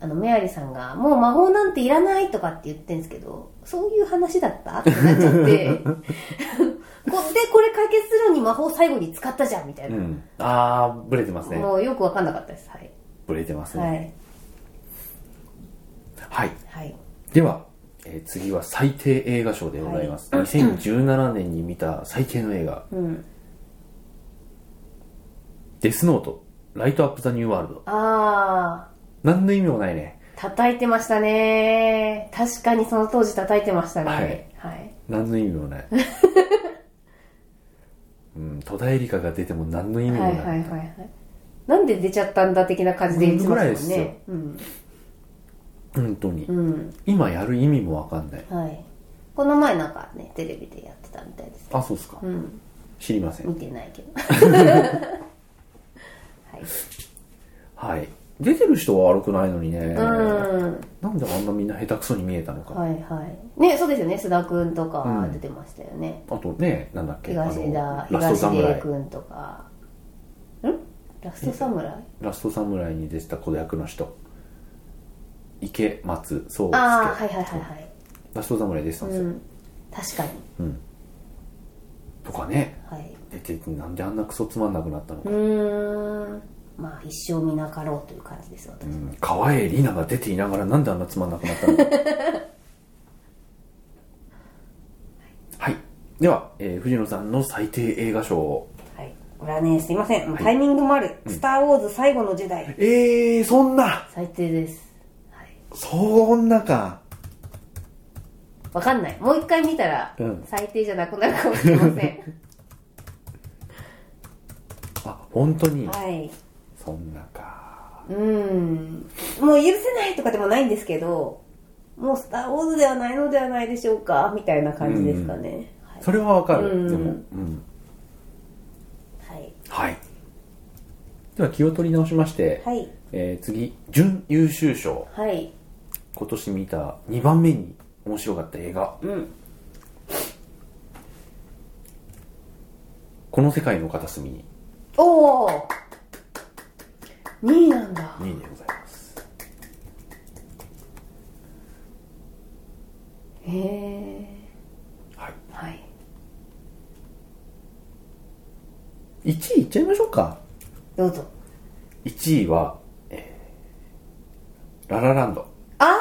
[SPEAKER 2] あのメアリーさんが「もう魔法なんていらない」とかって言ってんですけどそういう話だったってなっ
[SPEAKER 1] *laughs*
[SPEAKER 2] ちゃってこでこれ解決するのに魔法最後に使ったじゃんみたいうな、
[SPEAKER 1] ん。あー、ブレてますね。
[SPEAKER 2] もうよく分かんなかったですはい
[SPEAKER 1] ブレてます
[SPEAKER 2] は
[SPEAKER 1] ね。
[SPEAKER 2] い
[SPEAKER 1] はい。
[SPEAKER 2] はい
[SPEAKER 1] では、えー次は最低映画賞でございます。2017年に見た最低の映画、
[SPEAKER 2] うん
[SPEAKER 1] デスノート、ライトアップザニューワールド。
[SPEAKER 2] ああ
[SPEAKER 1] 何の意味もないね。
[SPEAKER 2] 叩いてましたね確かにその当時叩いてましたねはい、
[SPEAKER 1] 何の意味も
[SPEAKER 2] *laughs*
[SPEAKER 1] ない。うん、戸田恵梨香が出ても何の意味
[SPEAKER 2] はい、
[SPEAKER 1] も
[SPEAKER 2] は
[SPEAKER 1] ないい。
[SPEAKER 2] はいはいなんで出ちゃったんだ的な感じで言ってましたもんねうん
[SPEAKER 1] 本当に、
[SPEAKER 2] うん
[SPEAKER 1] 今やる意味もわかんない。
[SPEAKER 2] はいこの前なんかねテレビでやってたみたいです
[SPEAKER 1] あ、そうですか。
[SPEAKER 2] うん
[SPEAKER 1] 知りません
[SPEAKER 2] 見。てないけどはい
[SPEAKER 1] はい。出てる人は悪くないのにね。
[SPEAKER 2] うん
[SPEAKER 1] なんであんなみんな下手くそに見えたのか。
[SPEAKER 2] はいはいねそうですよね須田くんとか出てましたよね、
[SPEAKER 1] あとね、なんだっけ、あ
[SPEAKER 2] 東
[SPEAKER 1] の
[SPEAKER 2] 田、
[SPEAKER 1] ラスト
[SPEAKER 2] 東出
[SPEAKER 1] 侍
[SPEAKER 2] く。んとかんラスト侍
[SPEAKER 1] ラスト侍に出てた子役の人。池松壮介。
[SPEAKER 2] ああはいはいはいはい
[SPEAKER 1] ラスト侍出てたんです
[SPEAKER 2] う
[SPEAKER 1] よ。
[SPEAKER 2] ん、確かに、
[SPEAKER 1] とかね、
[SPEAKER 2] はい、
[SPEAKER 1] 出てて、なんであんなクソつまんなくなったの
[SPEAKER 2] う
[SPEAKER 1] か。
[SPEAKER 2] ーんまあ一生見なかろうという感じです私、
[SPEAKER 1] うん川栄里奈が出ていながらなんであんなつまんなくなったの
[SPEAKER 2] *laughs*
[SPEAKER 1] か。はい。では、えー藤野さんの最低映画賞を。
[SPEAKER 2] はいこれはねすいませんもうタイミングもある「スター・ウォーズ最後の時代」
[SPEAKER 1] えー、そんな
[SPEAKER 2] 最低です、はい、
[SPEAKER 1] そんなか。
[SPEAKER 2] わかんないもう一回見たら
[SPEAKER 1] うん
[SPEAKER 2] 最低じゃなくなるかもしれま
[SPEAKER 1] *laughs*
[SPEAKER 2] せん
[SPEAKER 1] あ、本当に。
[SPEAKER 2] はい
[SPEAKER 1] そんなか。
[SPEAKER 2] うんもう許せないとかでもないんですけどもう「スター・ウォーズ」ではないのではないでしょうかみたいな感じですかね、はい
[SPEAKER 1] それはわかる。
[SPEAKER 2] うん
[SPEAKER 1] でも、うん。
[SPEAKER 2] はい
[SPEAKER 1] はい。では気を取り直しまして、
[SPEAKER 2] はい
[SPEAKER 1] えー次、準優秀賞。
[SPEAKER 2] はい
[SPEAKER 1] 今年見た2番目に面白かった映画。
[SPEAKER 2] うん
[SPEAKER 1] この世界の片隅に
[SPEAKER 2] おお2位なんだ
[SPEAKER 1] 2位でございます。
[SPEAKER 2] へえ
[SPEAKER 1] はい。
[SPEAKER 2] はい
[SPEAKER 1] 1位いっちゃいましょうか。
[SPEAKER 2] どうぞ
[SPEAKER 1] 1位は、えーララランド。
[SPEAKER 2] ああ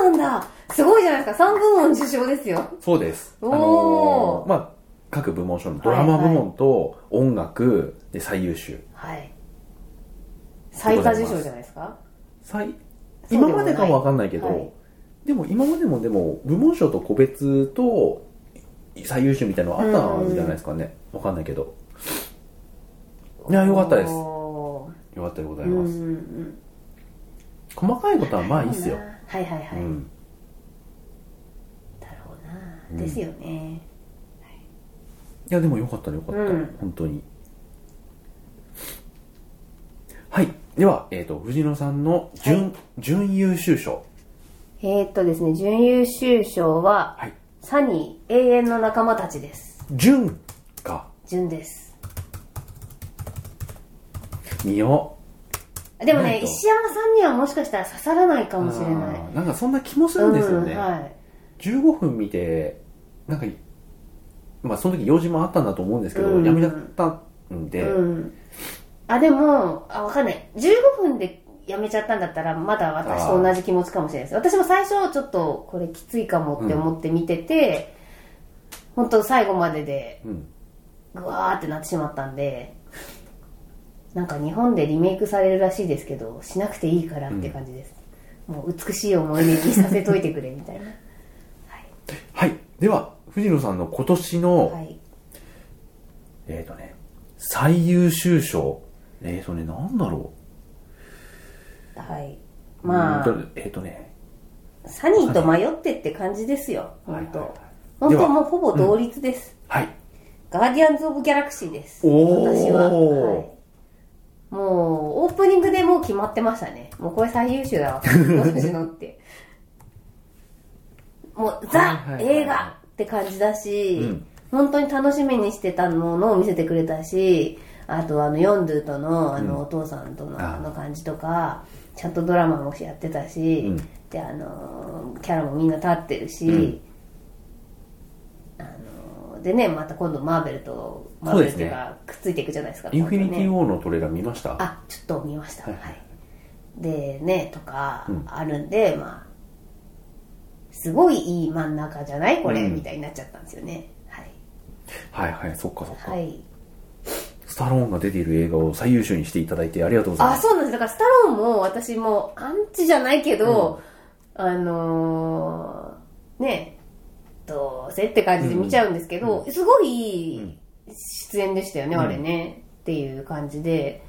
[SPEAKER 2] そうなんだすごいじゃないですか3部門受賞ですよ
[SPEAKER 1] そうです。あ
[SPEAKER 2] おー
[SPEAKER 1] のーまあ、各部門賞のドラマ部門と音楽で最優秀。
[SPEAKER 2] はい最多受賞じゃないですか
[SPEAKER 1] 最
[SPEAKER 2] そうで
[SPEAKER 1] 今
[SPEAKER 2] も
[SPEAKER 1] ま
[SPEAKER 2] ない
[SPEAKER 1] でかもわかんないけど、
[SPEAKER 2] はい
[SPEAKER 1] でも今までもでも部門賞と個別と最優秀みたいなのあったんじゃないですかねわかんないけどいやよかったです
[SPEAKER 2] おー
[SPEAKER 1] よかったでござい
[SPEAKER 2] うんう
[SPEAKER 1] ま
[SPEAKER 2] ん
[SPEAKER 1] す、
[SPEAKER 2] うん
[SPEAKER 1] 細かいことはまあいいっすよ、
[SPEAKER 2] はいはいはい、
[SPEAKER 1] うん、
[SPEAKER 2] だろ
[SPEAKER 1] う
[SPEAKER 2] う
[SPEAKER 1] ん
[SPEAKER 2] なですよね、
[SPEAKER 1] いやでもよかったねよかった、
[SPEAKER 2] うん
[SPEAKER 1] 本当にはいでは、えー、と藤野さんの準,、準優秀賞
[SPEAKER 2] えー、っとですね準優秀賞は、
[SPEAKER 1] はい
[SPEAKER 2] サニー永遠の仲間たちです
[SPEAKER 1] 準か
[SPEAKER 2] 準です
[SPEAKER 1] 見よ
[SPEAKER 2] でも
[SPEAKER 1] な
[SPEAKER 2] ね
[SPEAKER 1] いと
[SPEAKER 2] 石山さんにはもしかしたら刺さらないか
[SPEAKER 1] う
[SPEAKER 2] もしれない
[SPEAKER 1] あーなんかそんな気もするんですよね、
[SPEAKER 2] うんはい
[SPEAKER 1] 15分見てなんかまあその時用事もあったんだと思うんですけど、
[SPEAKER 2] うん
[SPEAKER 1] やめちゃったんで、
[SPEAKER 2] うん、あでもあ分かんない15分でやめちゃったんだったらまだ私と同じ気持ちかもしれないです私も最初ちょっとこれきついかもって思って見てて、本当最後までで
[SPEAKER 1] うん
[SPEAKER 2] ぐわーってなってしまったんでなんか日本でリメイクされるらしいですけどしなくていいからって感じです、もう美しい思い出にさせといてくれみたいな
[SPEAKER 1] はいでは藤野さんの今年の、
[SPEAKER 2] はい
[SPEAKER 1] えっ、とね最優秀賞えっ、ー、とねなんだろ
[SPEAKER 2] はい、
[SPEAKER 1] うう
[SPEAKER 2] まあ
[SPEAKER 1] んとえっ、とね
[SPEAKER 2] サニーと迷ってって感じですよ本当、
[SPEAKER 1] はい
[SPEAKER 2] 本
[SPEAKER 1] で
[SPEAKER 2] 当
[SPEAKER 1] は
[SPEAKER 2] もうほぼ同率です、
[SPEAKER 1] はい
[SPEAKER 2] ガーディアンズ・オブ・ギャラクシーです。
[SPEAKER 1] おー
[SPEAKER 2] 私は、はいもう、オープニングでもう決まってましたね。もうこれ最優秀だわ。私のって。もう、ザ
[SPEAKER 1] はいはいはいはい
[SPEAKER 2] 映画って感じだし、
[SPEAKER 1] うん
[SPEAKER 2] 本当に楽しみにしてたものを見せてくれたし、あとあの、ヨンドゥとの、あの、お父さんとの
[SPEAKER 1] あー
[SPEAKER 2] あの感じとか、ちゃんとドラマもやってたし、
[SPEAKER 1] うん
[SPEAKER 2] であのーキャラもみんな立ってるし、
[SPEAKER 1] うん
[SPEAKER 2] あのーでねまた今度マーベルとマー
[SPEAKER 1] そう
[SPEAKER 2] ベル
[SPEAKER 1] です
[SPEAKER 2] ってい
[SPEAKER 1] ね
[SPEAKER 2] うかくっついていくじゃないですか
[SPEAKER 1] インフィニティ・
[SPEAKER 2] 今度
[SPEAKER 1] ウ
[SPEAKER 2] ね
[SPEAKER 1] ォーのトレーラー見ました
[SPEAKER 2] あちょっと見ました
[SPEAKER 1] は
[SPEAKER 2] はいい、でねとか
[SPEAKER 1] うん
[SPEAKER 2] あるんで、まあすごいいい真ん中じゃないこれ、
[SPEAKER 1] うん
[SPEAKER 2] みたいになっちゃったんですよねはい
[SPEAKER 1] はいはいそっかそっか、
[SPEAKER 2] はい
[SPEAKER 1] スタローンが出ている映画を最優秀にしていただいてありがとうございま
[SPEAKER 2] あ、
[SPEAKER 1] す
[SPEAKER 2] そうなんです。だから、スタローンも、私も、アンチじゃないけど、あのー、ね、どうせって感じで見ちゃうんですけど、すごいいい出演でしたよね、
[SPEAKER 1] うん
[SPEAKER 2] あれね。っていう感じで。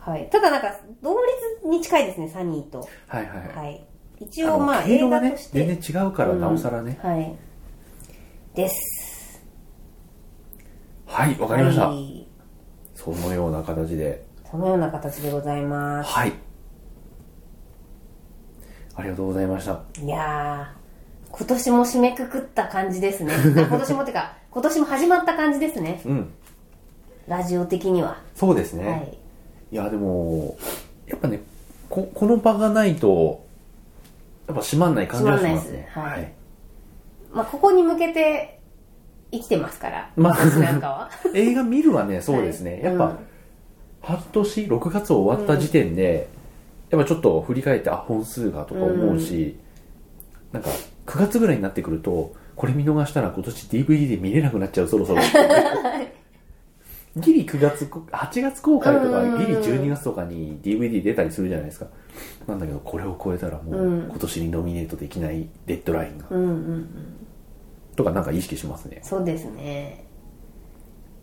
[SPEAKER 2] はい。ただなんか、同率に近いですね、サニーと。
[SPEAKER 1] はいはいはい
[SPEAKER 2] はい。一
[SPEAKER 1] 一
[SPEAKER 2] 応まあ、映画と
[SPEAKER 1] ね
[SPEAKER 2] して。
[SPEAKER 1] 全然違うからなおさらね、
[SPEAKER 2] うんはい。です。
[SPEAKER 1] はいわかりました、
[SPEAKER 2] はい
[SPEAKER 1] そのような形で
[SPEAKER 2] そのような形でございます。
[SPEAKER 1] はいありがとうございました
[SPEAKER 2] いやー、今年も締めくくった感じですね。 *laughs* あ今年もってか、今年も始まった感じですね。
[SPEAKER 1] うん
[SPEAKER 2] ラジオ的には。
[SPEAKER 1] そうですね、、
[SPEAKER 2] はいい。
[SPEAKER 1] やでもやっぱねここの場がないとやっぱ閉まんない感じがしますね
[SPEAKER 2] 閉まんないですまあ、ここに向けて生きてますから、
[SPEAKER 1] まあ
[SPEAKER 2] 私なんかは。 *laughs*
[SPEAKER 1] 映画見るはねそうですね、
[SPEAKER 2] はい
[SPEAKER 1] やっぱ、
[SPEAKER 2] うん
[SPEAKER 1] 半年6月終わった時点で、やっぱちょっと振り返ってあ本数がとか思うし、なんか9月ぐらいになってくるとこれ見逃したら今年 DVD で見れなくなっちゃうそろそろ
[SPEAKER 2] *laughs*
[SPEAKER 1] ギリ9月こ8月公開とか
[SPEAKER 2] うん
[SPEAKER 1] ギリ12月とかに DVD 出たりするじゃないですかなんだけどこれを超えたらもう
[SPEAKER 2] うん
[SPEAKER 1] 今年にノミネートできないデッドラインが、
[SPEAKER 2] うんうんうん。
[SPEAKER 1] とかなんか意識しますね
[SPEAKER 2] そうですね。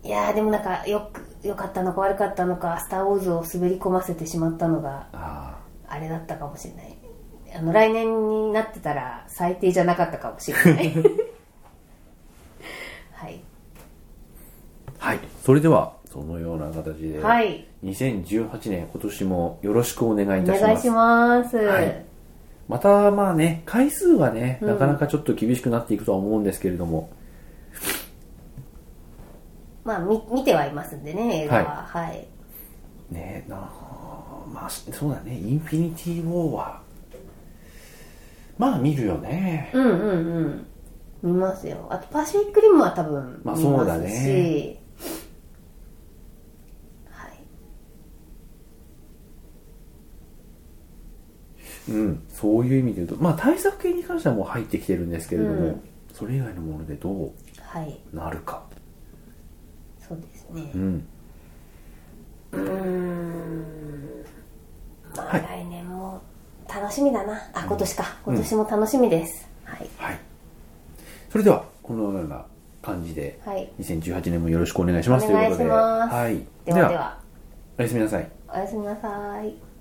[SPEAKER 2] いやー、でもなんか、よく、良かったのか悪かったのか、スター・ウォーズを滑り込ませてしまったのが、
[SPEAKER 1] あ
[SPEAKER 2] あれだったかもしれない。あの、来年になってたら最低じゃなかったかもしれ *laughs* ない。はい。
[SPEAKER 1] あはいそれではそのような形で、
[SPEAKER 2] はい。
[SPEAKER 1] 2018年今年もよろしくお願い
[SPEAKER 2] お
[SPEAKER 1] いたします
[SPEAKER 2] 願いします。
[SPEAKER 1] はいまたまあね回数はね
[SPEAKER 2] うん
[SPEAKER 1] なかなかちょっと厳しくなっていくとは思うんですけれども、
[SPEAKER 2] まあ、み、見てはいますんでね、映画は。はい。
[SPEAKER 1] ねなあまあしそうだねインフィニティ・ウォーはまあ見るよね
[SPEAKER 2] うんうんうん。見ますよ。あと、パシフィックリムは多分見
[SPEAKER 1] まあ
[SPEAKER 2] ますし。
[SPEAKER 1] そうだね
[SPEAKER 2] はい。
[SPEAKER 1] うんそういう意味で言うとまあ対策系に関してはもう入ってきてるんですけれども、
[SPEAKER 2] うん
[SPEAKER 1] それ以外のものでど
[SPEAKER 2] はい。
[SPEAKER 1] うなるか
[SPEAKER 2] そうですね
[SPEAKER 1] う。ん
[SPEAKER 2] うーん。ま
[SPEAKER 1] は
[SPEAKER 2] あ、
[SPEAKER 1] い
[SPEAKER 2] 来年も楽しみだな。あ、今年か。今年も楽しみです。はい。
[SPEAKER 1] はいそれではこのような感じで
[SPEAKER 2] はい。
[SPEAKER 1] 2018年もよろしくお願いします
[SPEAKER 2] お
[SPEAKER 1] という
[SPEAKER 2] 願い
[SPEAKER 1] ことで
[SPEAKER 2] します
[SPEAKER 1] はい
[SPEAKER 2] ではで
[SPEAKER 1] では
[SPEAKER 2] は、
[SPEAKER 1] おやすみなさい
[SPEAKER 2] おやすみなさい。